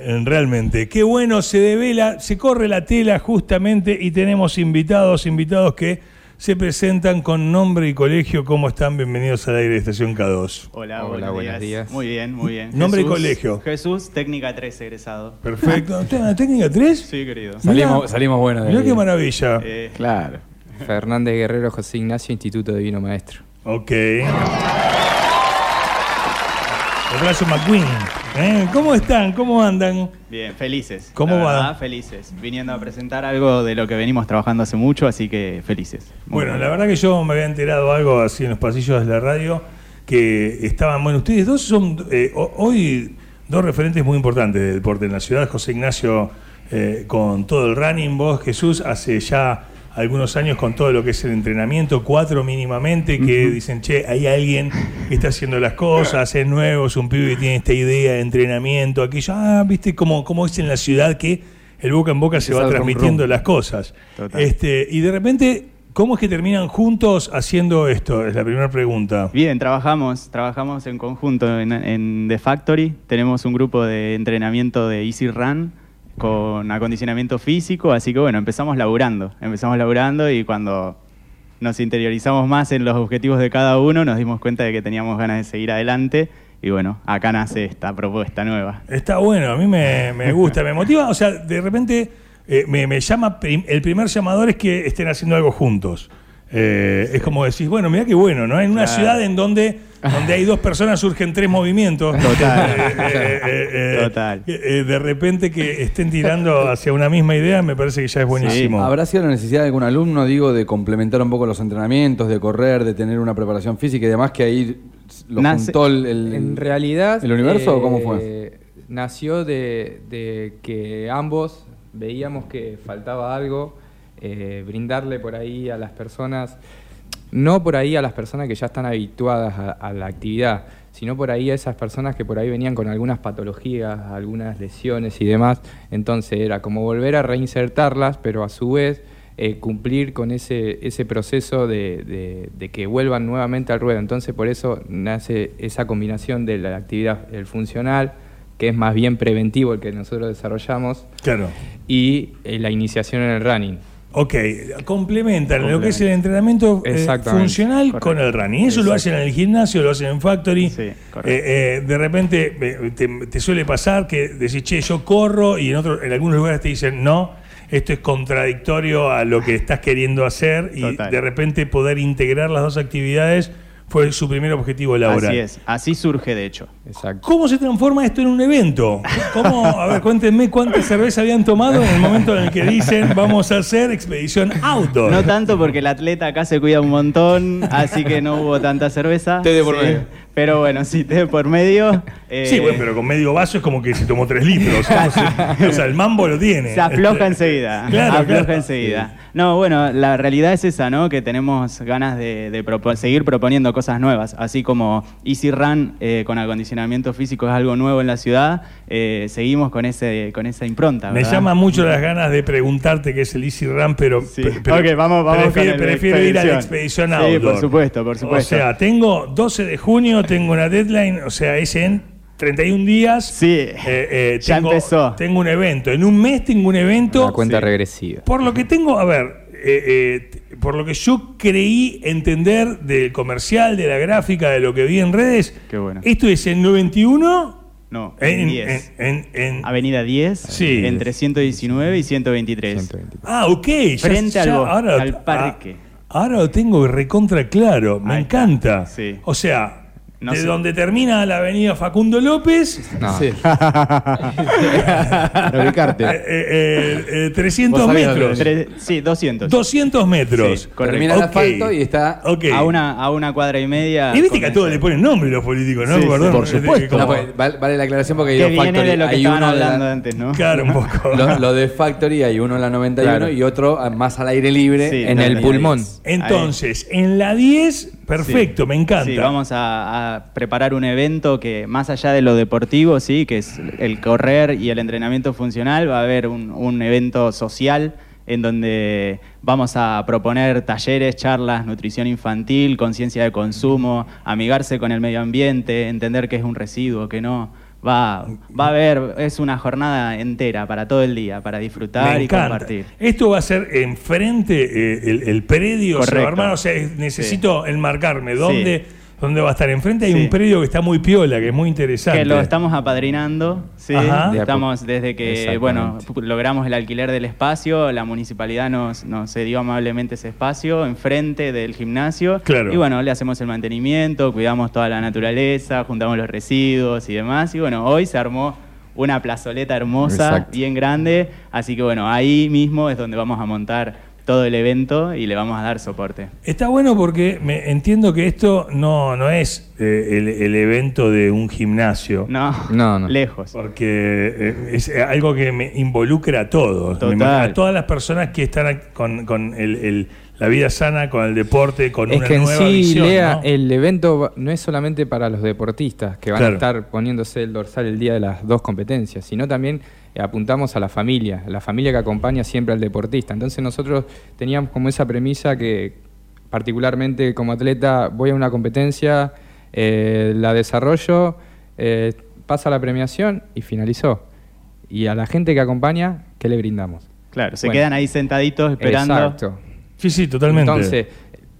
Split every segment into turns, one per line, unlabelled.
eh, realmente. Qué bueno, se devela, se corre la tela justamente y tenemos invitados, invitados que se presentan con nombre y colegio. ¿Cómo están? Bienvenidos al aire de Estación
K2.
Hola, buenos, días.
Muy bien, muy bien.
Nombre y
Jesús-
colegio.
Jesús, técnica 3 egresado.
Perfecto. ¿Están en Ah, la técnica 3?
Sí, querido.
Mirá.
Salimos, salimos buenos de
Mirá qué
ahí.
maravilla.
Eh,
Claro.
Fernández Guerrero, José Ignacio, Instituto Divino Maestro.
Ok. El brazo McQueen. ¿eh? ¿Cómo están? ¿Cómo andan?
bien, felices.
¿Cómo
La
va?
verdad, felices. Viniendo a presentar algo de lo que venimos trabajando hace mucho, así que felices. Muy
Bueno,
bien.
la verdad que yo me había enterado algo así en los pasillos de la radio que estaban, bueno, ustedes dos son eh, ho- hoy dos referentes muy importantes del deporte en la ciudad, José Ignacio eh, con todo el running, vos Jesús hace ya algunos años con todo lo que es el entrenamiento, cuatro mínimamente, que dicen, che, hay alguien que está haciendo las cosas, es nuevo, es un pibe que tiene esta idea de entrenamiento, aquello, ah, viste, como, como es en la ciudad que el boca en boca se
Empieza
va
el rum-rum.
transmitiendo las cosas.
Total.
Este, y de repente, ¿cómo es que terminan juntos haciendo esto? Es la primera pregunta.
Bien, trabajamos, trabajamos en conjunto en, en The Factory. Tenemos un grupo de entrenamiento de Easy Run con acondicionamiento físico, así que bueno, empezamos laburando, empezamos laburando y cuando nos interiorizamos más en los objetivos de cada uno, nos dimos cuenta de que teníamos ganas de seguir adelante y bueno, acá nace esta propuesta nueva.
Está bueno, a mí me, me gusta, me motiva. O sea, de repente eh, me, me llama, prim- el primer llamador es que estén haciendo algo juntos. Eh, Es como decís, bueno, mira qué bueno, ¿no? En una
Claro.
ciudad en donde, donde hay dos personas surgen tres movimientos.
Total.
Eh, eh, eh, eh,
Total.
eh, de repente que estén tirando hacia una misma idea, me parece que ya es buenísimo.
¿Habrá sido la necesidad de algún alumno, digo, de complementar un poco los entrenamientos, de correr, de tener una preparación física y demás que ahí lo
Nace-
juntó el, el-
En realidad. eh,
¿El universo o cómo fue?
Nació de, de que ambos veíamos que faltaba algo, eh, brindarle por ahí a las personas, no por ahí a las personas que ya están habituadas a, a la actividad, sino por ahí a esas personas que por ahí venían con algunas patologías, algunas lesiones y demás. Entonces era como volver a reinsertarlas, pero a su vez. eh, cumplir con ese, ese proceso de, de- de que vuelvan nuevamente al ruedo. Entonces, por eso nace esa combinación de la actividad el funcional, que es más bien preventivo el que nosotros desarrollamos,
Claro.
y eh, la iniciación en el running.
Ok, complementan lo que es el entrenamiento eh,
Exactamente,
funcional
correcto.
con el running. Eso lo hacen en el gimnasio, lo hacen en Factory.
Sí, correcto.
Eh, eh, de repente eh, te, te suele pasar que decís, che, yo corro y en, otro, en algunos lugares te dicen, no, esto es contradictorio a lo que estás queriendo hacer y
Total.
de repente poder integrar las dos actividades fue su primer objetivo laboral.
Así es, así surge de hecho.
Exacto.
¿Cómo se transforma esto en un evento? ¿Cómo, a ver, cuéntenme cuánta cerveza habían tomado en el momento en el que dicen vamos a hacer expedición outdoor?
No tanto porque el atleta acá se cuida un montón, así que no hubo tanta cerveza.
Té de por
Sí.
medio.
Pero bueno, sí, té de por medio. Eh,
Sí, bueno, pero con medio vaso es como que se tomó tres litros. ¿cómo se- o sea, el mambo lo tiene.
Se afloja enseguida.
Claro,
afloja
claro.
enseguida. No, bueno, la realidad es esa, ¿no? Que tenemos ganas de, de propo- seguir proponiendo cosas nuevas. Así como Easy Run eh, con acondicionamiento físico es algo nuevo en la ciudad, eh, seguimos con, ese, con esa impronta.
Me
¿verdad?
llama mucho las ganas de preguntarte qué es el Easy Run, pero,
Sí.
pe- pero
Ok, vamos- vamos
prefiero,
con el
prefiero ir a la expedición
expedición.
outdoor.
Sí, por supuesto, por
O
supuesto.
sea, tengo 12 de junio, tengo una deadline, o sea, es en 31 días.
Sí.
Eh, eh,
Ya
tengo,
empezó.
Tengo un evento. En un mes tengo un evento.
La cuenta
Sí.
regresiva.
Por lo que tengo, a ver, eh, eh, t- por lo que yo creí entender del comercial, de la gráfica, de lo que vi en redes,
Qué bueno.
esto es en 91,
No,
en, en,
10.
en- en-
Avenida 10,
Sí.
entre 119 y 123.
120.
ah, ok, ya-
Frente
ya
al bo-
ahora lo-
al parque.
ah, ahora lo tengo recontra claro, me
Ahí está,
encanta.
sí.
O sea,
No
de
sé.
donde termina la avenida Facundo López,
No.
Sí. Para ubicarte.
eh, eh, eh, 300
Vos sabés dónde
metros.
Tres- sí, 200.
200 metros.
Sí, correcto.
Termina el
Ok.
asfalto y está.
Ok.
A, una, a una cuadra y media.
Y viste que a
comienza.
todos le ponen nombre los políticos, ¿no?
Sí, sí,
Perdón,
por
eh, de-
supuesto.
como-
No, pues, vale, vale la aclaración porque hay
Que
dos
viene
factory.
de lo que
hay
estaban
uno de la-
hablando antes, ¿no?
Claro, un poco.
lo, lo de Factory hay uno en la 91
Claro.
y otro ah, más al aire libre.
Sí,
En el
Ahí.
pulmón.
Entonces, en la 10, perfecto, me encanta.
Sí, vamos a, a preparar un evento que más allá de lo deportivo, sí, que es el correr y el entrenamiento funcional, va a haber un, un evento social en donde vamos a proponer talleres, charlas, nutrición infantil, conciencia de consumo, amigarse con el medio ambiente, entender qué es un residuo, qué no. va, va a haber, es una jornada entera para todo el día, para disfrutar
Me
y
encanta.
compartir.
Esto va a ser enfrente eh, el, el predio, se va a
Correcto.
armar, o sea, es- necesito enmarcarme dónde, dónde va a estar. Enfrente hay
Sí.
un predio que está muy piola, que es muy interesante.
Que lo estamos apadrinando, sí.
Ajá.
Estamos desde que,
Exactamente.
bueno, pu- logramos el alquiler del espacio, la municipalidad nos, nos cedió amablemente ese espacio enfrente del gimnasio.
Claro.
Y bueno, le hacemos el mantenimiento, cuidamos toda la naturaleza, juntamos los residuos y demás. Y bueno, hoy se armó una plazoleta hermosa,
Exacto.
bien grande. Así que bueno, ahí mismo es donde vamos a montar todo el evento y le vamos a dar soporte.
Está bueno porque me entiendo que esto no, no es eh, el, el evento de un gimnasio.
No,
No, no.
lejos.
Porque eh, es algo que me involucra a todos,
Total.
Me imagino, a todas las personas que están ac- con, con el- el- la vida sana, con el deporte, con
Es
una
que en
nueva
sí,
visión.
Lea,
eh,
¿no?
el evento va- no es solamente para los deportistas que van
Claro.
a estar poniéndose el dorsal el día de las dos competencias, sino también eh, apuntamos a la familia, a la familia que acompaña siempre al deportista. Entonces nosotros teníamos como esa premisa que particularmente como atleta voy a una competencia, eh, la desarrollo, eh, pasa la premiación y finalizó. Y a la gente que acompaña, ¿qué le brindamos?
Claro, se
Bueno.
quedan ahí sentaditos esperando.
Exacto.
Sí, sí, totalmente.
Entonces,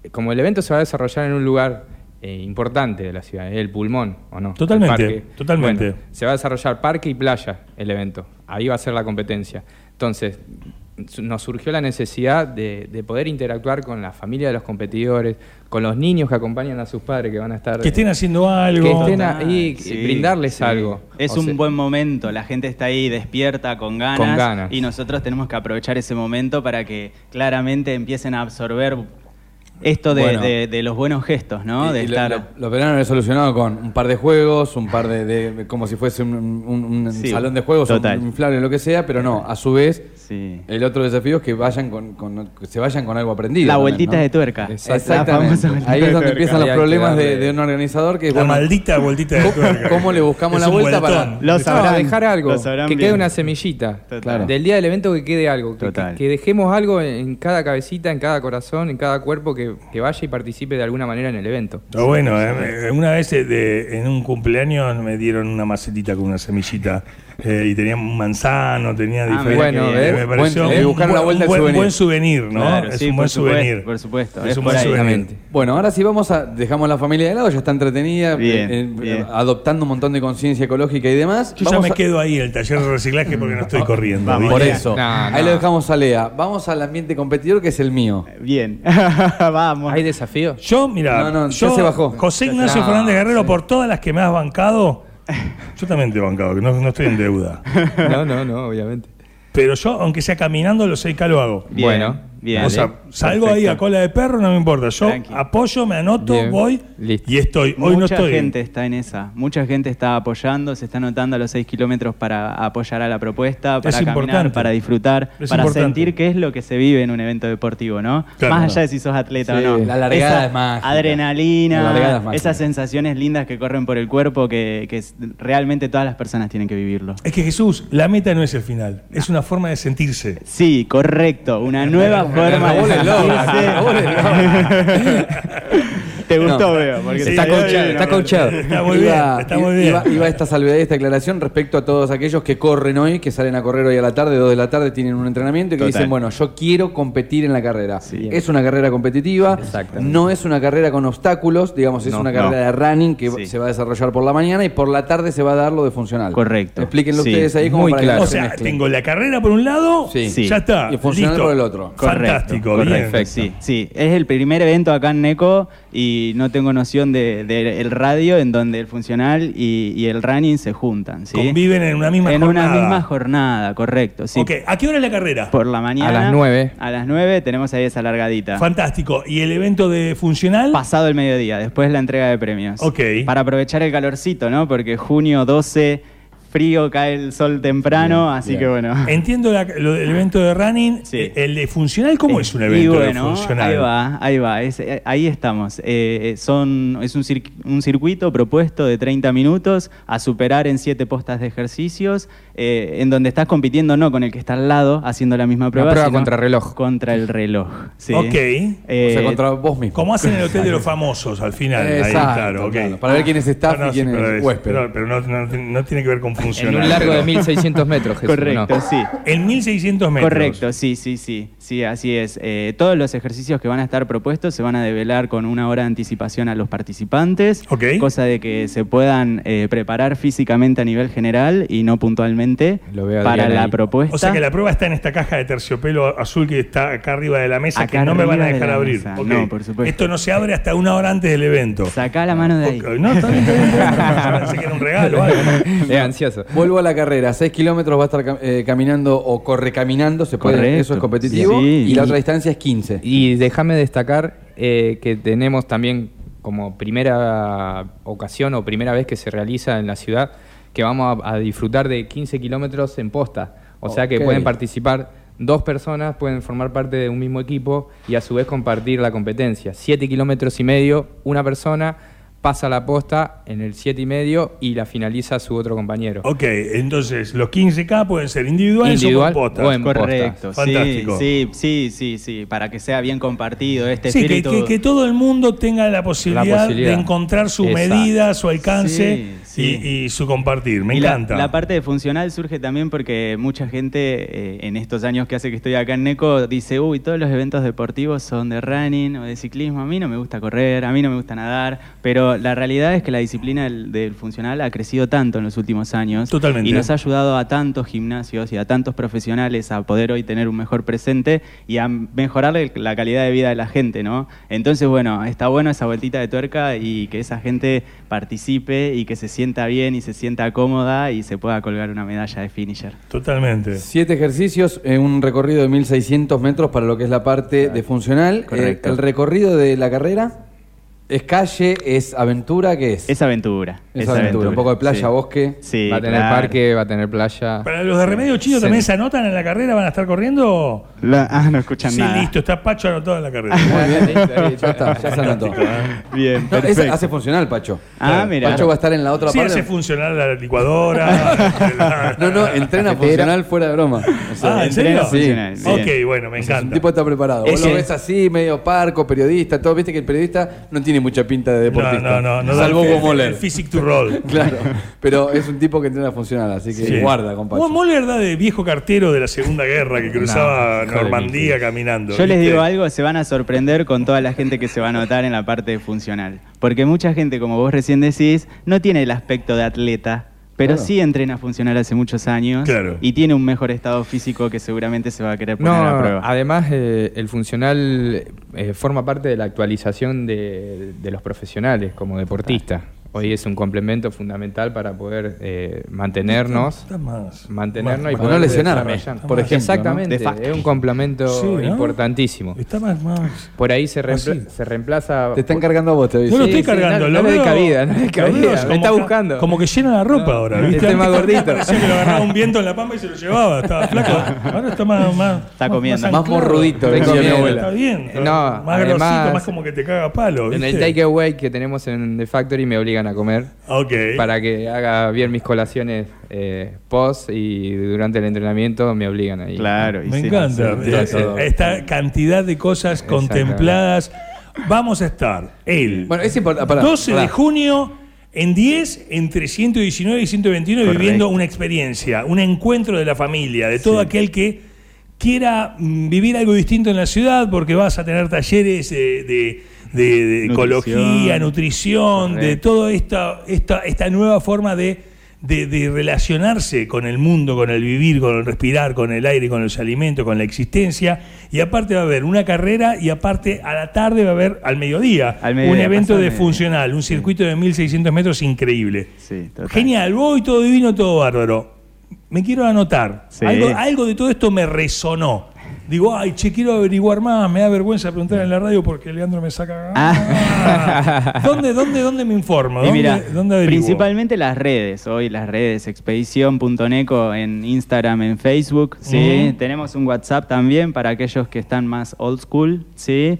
eh, como el evento se va a desarrollar en un lugar eh, importante de la ciudad, ¿eh? el pulmón, ¿o no?
Totalmente,
El parque.
totalmente.
Bueno, se va a desarrollar parque y playa el evento. Ahí va a ser la competencia. Entonces, su- nos surgió la necesidad de, de poder interactuar con la familia de los competidores, con los niños que acompañan a sus padres que van a estar.
Que estén haciendo algo.
Que estén
Ah,
ahí,
sí,
brindarles
sí.
algo.
Es
O
un
sea,
buen momento, la gente está ahí despierta, con ganas,
Con ganas.
y nosotros tenemos que aprovechar ese momento para que claramente empiecen a absorber esto de,
Bueno.
de- de los buenos gestos, ¿no?
Y-
de
y lo-
estar...
lo- los veranos lo he solucionado con un par de juegos, un par de. de- como si fuese un, un- un
Sí,
salón de juegos,
total.
un inflable, lo que sea, pero no, a su vez,
Sí.
el otro desafío es que, vayan con, con- que se vayan con algo aprendido.
La
también,
vueltita
¿no?
de tuerca. La
Exactamente.
famosa vueltita
Ahí
de
es donde
tuerca.
empiezan
Ahí
los
hay
problemas
que
de,
darle-
de un organizador que
La
bueno,
maldita vueltita de
¿Cómo-
tuerca.
cómo le buscamos
Es
la
un
vuelta
vueltón.
para-
Lo
No,
sabrán.
dejar algo,
Lo sabrán
que
bien.
quede una semillita.
Total.
Claro.
Del día del evento que quede algo, que,
Total.
que dejemos algo en cada cabecita, en cada corazón, en cada cuerpo que, que vaya y participe de alguna manera en el evento.
Pero bueno, eh, una vez eh, de- en un cumpleaños me dieron una macetita con una semillita eh, y tenía un manzano, tenía
Ah,
diferentes.
bueno, ¿ves?
me pareció
Buen- le buscaron la
buen-
vuelta al
buen,
souvenir.
buen souvenir, ¿no?
Claro,
es
sí,
un
por
buen
supuesto,
souvenir.
por supuesto,
Es,
es
un
por
buen
ahí.
souvenir.
Exactamente.
Bueno, ahora sí vamos a. Dejamos la familia de lado, ya está entretenida, eh,
Bien, bien.
adoptando un montón de conciencia ecológica y demás.
Yo ya
Vamos
me
a-
quedo ahí, el taller de reciclaje, porque no estoy corriendo.
Vamos.
¿viste?
Por
Lea.
eso.
No,
Ahí
no.
lo dejamos a Lea. Vamos al ambiente competidor que es el mío.
Bien, vamos.
¿Hay desafíos?
Yo, mira,
No, no, ya
yo,
se bajó.
José Ignacio
No,
Fernández Guerrero, por todas las que me has bancado, yo también te he bancado, que no, no estoy en deuda.
No, no, no, obviamente.
Pero yo, aunque sea caminando, los 6K lo hago.
Bien,
Bueno,
bien.
o sea, salgo ahí a cola de perro, no me importa. Yo
Tranqui.
apoyo, me anoto,
Bien.
voy
Listo.
y estoy. Eh, Hoy
Mucha
no estoy.
gente está en esa, mucha gente está apoyando, se está anotando a los 6 kilómetros para apoyar a la propuesta, para caminar,
importante.
para disfrutar,
Es
para
importante.
sentir qué es lo que se vive en un evento deportivo, ¿no?
Claro.
Más allá de si sos atleta
Sí,
o no.
la largada
Esa
es mágica.
Adrenalina,
La largada es mágica.
esas sensaciones lindas que corren por el cuerpo que, que s- realmente todas las personas tienen que vivirlo.
Es que Jesús, la meta no es el final, es una forma de sentirse.
Sí, correcto, una nueva forma
acabó el elogio,
sentirse.
me acabó el elogio.
Te gustó,
No.
veo. porque
Sí,
te
está
salió
coachado,
bien,
está
hombre.
coachado. Está muy bien, está muy bien.
Iba, iba esta salvedad, esta aclaración respecto a todos aquellos que corren hoy, que salen a correr hoy a la tarde, 2 de la tarde, tienen un entrenamiento y que
Total.
dicen, bueno, yo quiero competir en la carrera.
Sí.
Es una carrera competitiva,
Exactamente.
no es una carrera con obstáculos, digamos, es
No,
una carrera de running que
Sí.
se va a desarrollar por la mañana y por la tarde se va a dar lo de funcional.
Correcto.
Explíquenlo
Sí.
ustedes ahí como
Muy
para que
claro.
no
O
se
sea,
mezclen.
tengo la carrera por un lado,
Sí.
Sí.
ya está.
Y funcional
listo.
por el otro.
Correcto,
Fantástico, bien.
correcto, Sí, sí, es el primer evento acá en NECO y no tengo noción del de, el radio en donde el funcional y, y el running se juntan. ¿sí?
Conviven en una misma
en
jornada.
una misma jornada, correcto. Sí.
Ok, ¿a qué hora es la carrera?
Por la mañana.
A las nueve.
A las 9 tenemos ahí esa largadita.
Fantástico. ¿Y el evento de funcional?
Pasado el mediodía, después la entrega de premios.
Ok.
Para aprovechar el calorcito, ¿no? Porque junio 12, frío, cae el sol temprano, así
bien.
que bueno.
Entiendo la- lo del evento de running.
Sí.
Eh, ¿El de funcional cómo es un evento
Y
de
bueno,
funcional?
Ahí va, ahí va, es- eh, ahí estamos. Eh, eh, son, es un, cir- un circuito propuesto de 30 minutos a superar en 7 postas de ejercicios, eh, en donde estás compitiendo no con el que está al lado haciendo la misma prueba,
prueba
sino
contra reloj.
Contra el reloj. sí.
Ok.
Eh,
o sea, contra vos mismo.
Como hacen en el hotel de los famosos al final. ahí,
Exacto,
claro, ok.
claro, Para ver quién es
Ah,
staff
no,
y quién
sí, pero
es
es-
huésped.
Pero, pero no, no- no tiene que ver con
En
funcional.
un largo de
pero-
1600 metros, Jesús,
correcto,
¿no?
sí.
En 1600 metros.
Correcto, sí, sí, sí, sí, así es. Eh, todos los ejercicios que van a estar propuestos se van a develar con una hora de anticipación a los participantes,
Ok.
cosa de que se puedan eh, preparar físicamente a nivel general y no puntualmente
Lo veo a
para
Adrián
la
ahí.
propuesta.
O sea que la prueba está en esta caja de terciopelo azul que está acá arriba de la mesa
Acá
que no me van a
arriba de
dejar
la
abrir.
mesa,
Ok.
no, por supuesto.
Esto no se abre hasta una hora antes del evento.
Sacá la mano de ahí.
Ok, No, está bien, está bien, está bien. Yo pensé que era un regalo. algo.
Es ansioso.
Vuelvo a la carrera, 6 kilómetros va a estar cam- eh, caminando o corre caminando, se puede,
Correcto.
eso es competitivo.
Sí.
Y la
Y-
otra distancia es 15.
Y déjame destacar eh, que tenemos también como primera ocasión o primera vez que se realiza en la ciudad que vamos a, a disfrutar de 15 kilómetros en posta. O sea que
Ok.
pueden participar dos personas, pueden formar parte de un mismo equipo y a su vez compartir la competencia. 7 kilómetros y medio, una persona pasa la posta en el 7 y medio y la finaliza su otro compañero.
Ok, entonces los 15K pueden ser individuales
Individual
o por postas.
o en-
Correcto,
posta.
sí,
Fantástico.
sí, sí, sí, sí, para que sea bien compartido este
Sí, que,
espíritu.
que- que todo el mundo tenga la posibilidad,
posibilidad.
de encontrar su
Exacto.
medida, su alcance
Sí, sí.
Y, y su compartir. Me
Y la-
encanta.
La, parte de funcional surge también porque mucha gente eh, en estos años que hace que estoy acá en NECO dice, uy, todos los eventos deportivos son de running o de ciclismo, a mí no me gusta correr, a mí no me gusta nadar, pero la realidad es que la disciplina del, del funcional ha crecido tanto en los últimos años
Totalmente.
y nos ha ayudado a tantos gimnasios y a tantos profesionales a poder hoy tener un mejor presente y a mejorar el- la calidad de vida de la gente, ¿no? Entonces, bueno, está bueno esa vueltita de tuerca y que esa gente participe y que se sienta bien y se sienta cómoda y se pueda colgar una medalla de finisher.
Totalmente.
Siete ejercicios, eh, un recorrido de 1600 metros para lo que es la parte de funcional. Eh,
Correcto.
el recorrido de la carrera es calle, es aventura, ¿qué es?
Es aventura.
Es aventura, un poco de playa,
sí.
bosque.
Sí,
va a tener
claro.
parque, va a tener playa.
Para los de Remedio Chido
Sí.
también se anotan en la carrera, van a estar corriendo.
La- ah, no escuchan
Sí,
nada.
listo, está Pacho anotado en la carrera.
Muy bien, ya está, ya se anotó.
Bien,
No, ese
¿eh? perfecto.
hace funcional, Pacho.
Ah, mira.
Pacho va a estar en la otra
Sí,
parte.
hace funcionar la licuadora. la-
No, no, entrena funcional fuera de broma. O sea,
Ah, ¿en
entrena
serio?
funcional,
Sí.
bien.
Ok, bueno, me
El
encanta.
tipo está preparado. Vos
Ese-
lo ves así, medio parco, periodista, todo. Viste que el periodista no tiene mucha pinta de
no,
deportista.
no, no, no.
Salvo
el-
Hugo
el
Moller.
Physic to roll.
Claro. Pero es un tipo que entrena funcional, así que
Sí.
guarda, compadre.
Hugo Moller da de viejo cartero de la Segunda Guerra que cruzaba
No, joder,
Normandía caminando.
Yo les
¿viste?
digo algo, se van a sorprender con toda la gente que se va a notar en la parte funcional. Porque mucha gente, como vos recién decís, no tiene el aspecto de atleta, pero
Claro.
sí entrena funcional hace muchos años
Claro.
y tiene un mejor estado físico que seguramente se va a querer poner a
No,
prueba.
además eh, el funcional eh, forma parte de la actualización de, de los profesionales como deportista. Hoy es un complemento fundamental para poder eh, mantenernos,
Está más.
mantenernos y
para no
poder
lesionarme,
desarrollar.
por ejemplo,
Exactamente,
¿no? De facto.
es un complemento
Sí, ¿no?
importantísimo.
Está más. más.
Por ahí se, reempla-
Así.
se reemplaza...
Te está encargando a vos, te aviso.
No lo
Sí,
estoy
sí,
cargando,
no-
lo
no le
veo.
dé cabida, no le dé
lo
cabida,
veo
me está
como-
buscando.
Como que llena la ropa ahora, ¿viste?
Este es más
Antes
gordito.
Parecía que lo agarraba un viento en la pampa y se lo llevaba. Estaba flaco. Ahora está más. más
Está comiendo.
Más
anclado.
morrudito,
Está
decía mi
bien,
abuela.
Está bien.
Eh, no,
más grosito,
además-
más como que te caga a palo.
En el
¿viste?
takeaway que tenemos en The Factory me obligan a comer
Ok.
para que haga bien mis colaciones eh, post y durante el entrenamiento me obligan ahí.
Claro, y
Me
sí.
encanta.
sí,
eh,
todo.
Esta cantidad de cosas contempladas. Vamos a estar el
Bueno, es import- pará,
12 de
pará.
junio en 10, entre 119 y 121,
Correcto.
viviendo una experiencia, un encuentro de la familia, de todo aquel que quiera mm, vivir algo distinto en la ciudad, porque vas a tener talleres eh, de, de- de
Nutrición.
ecología, nutrición, de
Correcto.
toda esta, esta, esta nueva forma de, de- de relacionarse con el mundo, con el vivir, con el respirar, con el aire, con los alimentos, con la existencia. Y aparte va a haber una carrera y aparte a la tarde va a haber, al mediodía,
Al mediodía,
un evento de
pasame.
funcional, un circuito de 1600 metros increíble.
Sí, total.
Genial, voy todo divino, todo bárbaro. Me quiero anotar.
Sí.
Algo, algo de todo esto me resonó. Digo, ay, che, quiero averiguar más, me da vergüenza preguntar en la radio porque Leandro me saca.
Ah.
Ah, ¿Dónde, dónde, dónde me informo?
Y
¿Dónde,
mira,
dónde averiguo?
principalmente las redes, hoy las redes, expedición.neco en Instagram, en Facebook, sí.
Ujú.
Tenemos un WhatsApp también para aquellos que están más old school, sí.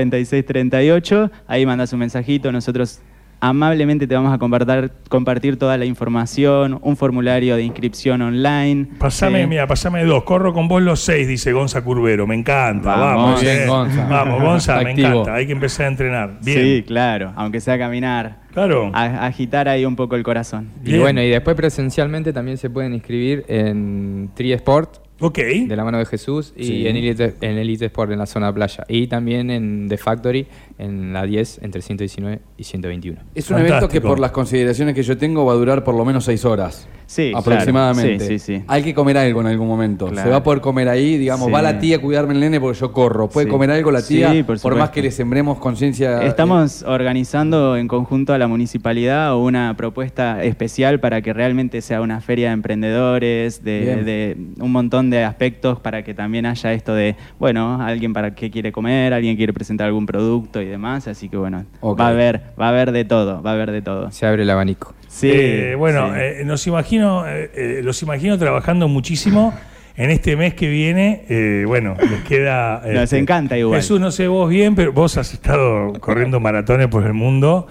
2262-324638, ahí mandas un mensajito, nosotros amablemente te vamos a compartir, compartir toda la información, un formulario de inscripción online.
Pasame,
sí.
mira, pasame dos. Corro con vos los seis, dice Gonza Curbero. Me encanta. Vamos, vamos,
Vamos. Muy
bien,
eh.
Gonza.
Vamos, Gonza, me
Activo.
encanta. Hay que empezar a entrenar. Bien.
Sí, Ah. claro, aunque sea caminar,
claro.
a- agitar ahí un poco el corazón.
Bien.
Y bueno, y después presencialmente también se pueden inscribir en Triesport,
Ok.
de la mano de Jesús, y
Sí.
en, Elite, en Elite Sport, en la zona playa. Y también en The Factory, en la 10, entre 119 y 121.
Es un
Fantástico.
evento que por las consideraciones que yo tengo va a durar por lo menos seis horas.
Sí, claro.
aproximadamente.
Sí, sí, sí.
Hay que comer algo en algún momento.
Claro.
Se va a poder comer ahí, digamos,
Sí.
va la tía a cuidarme el nene porque yo corro. Puede
Sí.
comer algo la
Sí,
tía,
por
por,
supuesto.
más que le sembremos conciencia. eh,
Estamos organizando en conjunto a la municipalidad una propuesta especial para que realmente sea una feria de emprendedores, de,
Bien.
de un montón de aspectos para que también haya esto de, bueno, alguien para qué quiere comer, alguien quiere presentar algún producto y demás, así que bueno,
Ok.
va a haber, va a haber de todo, va a haber de todo.
Se abre el abanico.
Sí,
Eh, bueno,
sí.
eh, nos imagino, eh, eh, los imagino trabajando muchísimo. En este mes que viene, eh, bueno, les queda.
Nos
este,
encanta igual.
Jesús, no sé vos bien, pero vos has estado corriendo maratones por el mundo.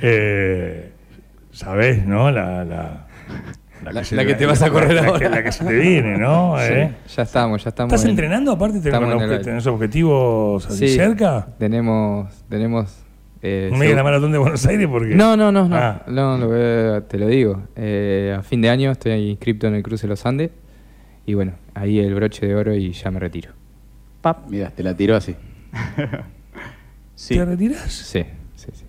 Eh, Sabés, ¿no? La, la,
La- la que te vas a correr
la que-
ahora.
La que se te viene, ¿no? Eh,
Ya estamos, ya estamos.
¿Estás
en-
entrenando aparte? ¿Tenés,
estamos en
obje-
el-
tenés objetivos así
Sí,
cerca?
Tenemos. tenemos eh,
¿No me digas
segu-
la maratón de Buenos Aires? porque
No, no, no, no,
Ah,
no, lo que- te lo digo. Eh, a fin de año estoy inscripto en el Cruce de los Andes y bueno, ahí el broche de oro y ya me retiro.
Pap.
Mira, te la tiró así.
¿Te
Sí.
retirás?
Sí, sí, sí.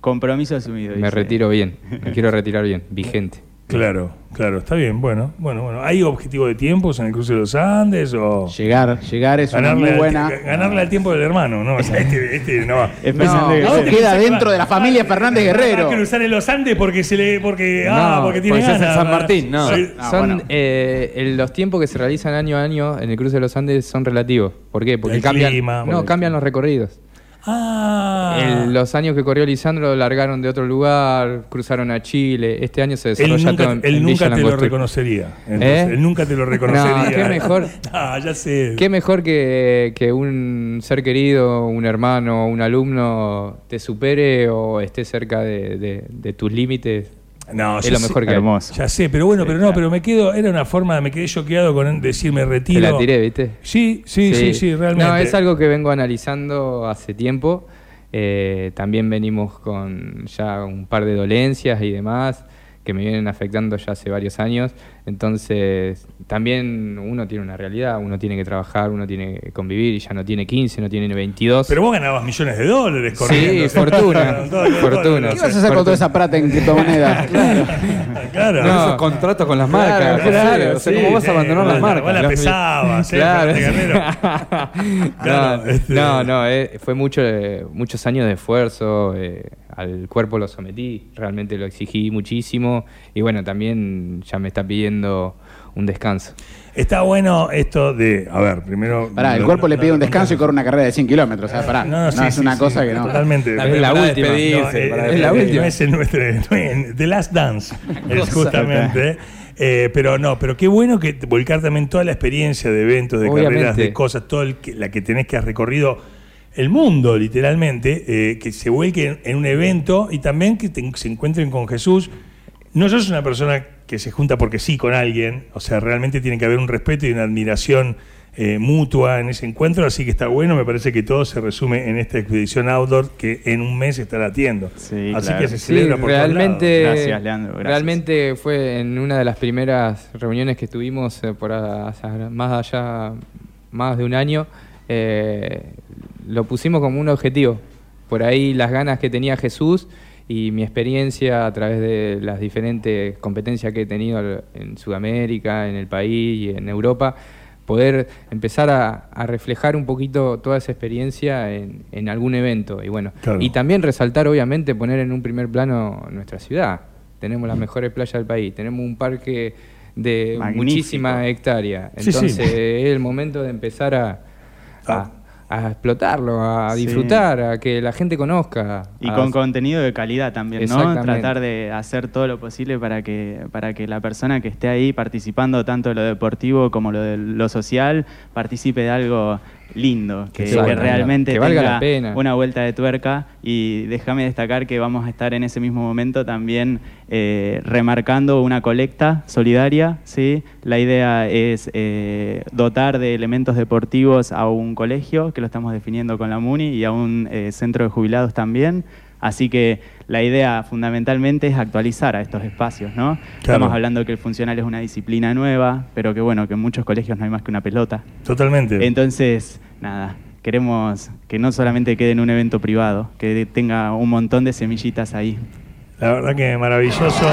Compromiso asumido.
me
dice.
retiro bien, me quiero retirar bien, vigente.
Claro, claro, está bien. Bueno, bueno, bueno. ¿Hay objetivo de tiempos en el cruce de los Andes o
Llegar, llegar es una
ganarle,
muy
al,
buena.
ga- ganarle al tiempo del hermano? No, o sea, este, este no va.
Empezando
No,
que-
No, queda
Se
dentro
va-
de la familia Fernández Guerrero.
Va a cruzar en los Andes porque se le porque ah,
No,
porque tiene
porque se hace
ganas.
en San Martín, no.
Sí.
Ah,
son
bueno.
eh, el- los tiempos que se realizan año a año en el Cruce de los Andes son relativos. ¿Por qué? Porque
El
cambian,
clima,
no,
porque-
cambian los recorridos.
Ah.
En los años que corrió Lisandro largaron de otro lugar, cruzaron a Chile. Este año se desarrolla
él
todo
nunca,
en,
él
en
nunca
Villa
te lo
Langostura.
reconocería. Entonces,
¿Eh?
Él nunca te lo reconocería.
No, qué mejor.
Ah, ya sé.
Qué mejor que, que un ser querido, un hermano, un alumno te supere o esté cerca de, de- de tus límites.
No,
Es
ya
lo
sé.
mejor que hay.
Hermoso.
Ya sé, pero bueno, pero no, pero me quedo, era una forma, me quedé choqueado con decir me retiro.
Te la tiré, ¿viste?
Sí, sí, sí, sí, realmente.
No, es algo que vengo analizando hace tiempo. Eh, también venimos con ya un par de dolencias y demás que me vienen afectando ya hace varios años. Entonces, también uno tiene una realidad, uno tiene que trabajar, uno tiene que convivir y ya no tiene 15, no tiene 22.
Pero vos ganabas millones de dólares corriendo.
Sí, fortuna, fortuna.
¿Qué vas a hacer con toda esa plata en criptomonedas?
Claro.
con
No.
esos contratos con las
Claro,
marcas.
claro,
no sé, o sea,
sí,
¿cómo vas
sí,
a abandonar
vos
las
la-
marcas?
vos la
Los-
pesabas, ¿eh?
Claro.
Fernández Claro,
no,
este-
no, no, eh, fue mucho, eh, muchos años de esfuerzo, eh, al cuerpo lo sometí, realmente lo exigí muchísimo y bueno, también ya me está pidiendo un descanso.
Está bueno esto de. A ver, primero.
Pará, el
no,
cuerpo le
no,
pide
no,
un descanso y corre una carrera de 100 kilómetros. O sea, pará.
No,
No,
sí,
es
sí,
una
sí,
cosa que no.
Totalmente.
La- es la
para
última.
despedirse,
No,
para
eh,
es la
eh,
última.
No es el nuestro, no es- The Last Dance, es
Cosa.
justamente. Eh, pero no, pero qué bueno que volcar también toda la experiencia de eventos, de
Obviamente.
carreras, de cosas, todo el que- la que tenés que has recorrido el mundo, literalmente, eh, que se vuelque en, en un evento y también que te- se encuentren con Jesús. No sos una persona que se junta porque sí con alguien, o sea, realmente tiene que haber un respeto y una admiración eh, mutua en ese encuentro, así que está bueno, me parece que todo se resume en esta expedición outdoor que en un mes estará latiendo.
Sí,
así
claro.
que se
Sí,
Sí,
celebra por todos
realmente,
lados. Gracias, Leandro, gracias.
realmente fue en una de las primeras reuniones que tuvimos eh, por a- hace más allá, más de un año, eh, lo pusimos como un objetivo. Por ahí las ganas que tenía Jesús y mi experiencia a través de las diferentes competencias que he tenido al- en Sudamérica, en el país y en Europa, poder empezar a, a reflejar un poquito toda esa experiencia en, en algún evento. Y bueno,
Claro.
y también resaltar, obviamente, poner en un primer plano nuestra ciudad. Tenemos las mejores playas del país, tenemos un parque de
Magnífico.
muchísimas hectáreas.
Sí, sí.
Entonces es el momento de empezar a, a-
Ah.
a explotarlo, a
Sí.
disfrutar, a que la gente conozca.
Y
a-
con contenido de calidad también, ¿no?
Exactamente.
Tratar de hacer todo lo posible para que, para que la persona que esté ahí participando tanto de lo deportivo como lo de lo social participe de algo lindo, que,
Que
que
valga,
realmente
que valga
tenga
la pena.
una vuelta de tuerca. Y déjame destacar que vamos a estar en ese mismo momento también eh, remarcando una colecta solidaria, ¿sí? La idea es eh, dotar de elementos deportivos a un colegio, que lo estamos definiendo con la MUNI, y a un eh, centro de jubilados también. Así que la idea fundamentalmente es actualizar a estos espacios, ¿no? Estamos hablando que el funcional es una disciplina nueva, pero que bueno, que en muchos colegios no hay más que una pelota.
Totalmente.
Entonces, nada, queremos que no solamente quede en un evento privado, que tenga un montón de semillitas ahí.
La verdad que maravilloso.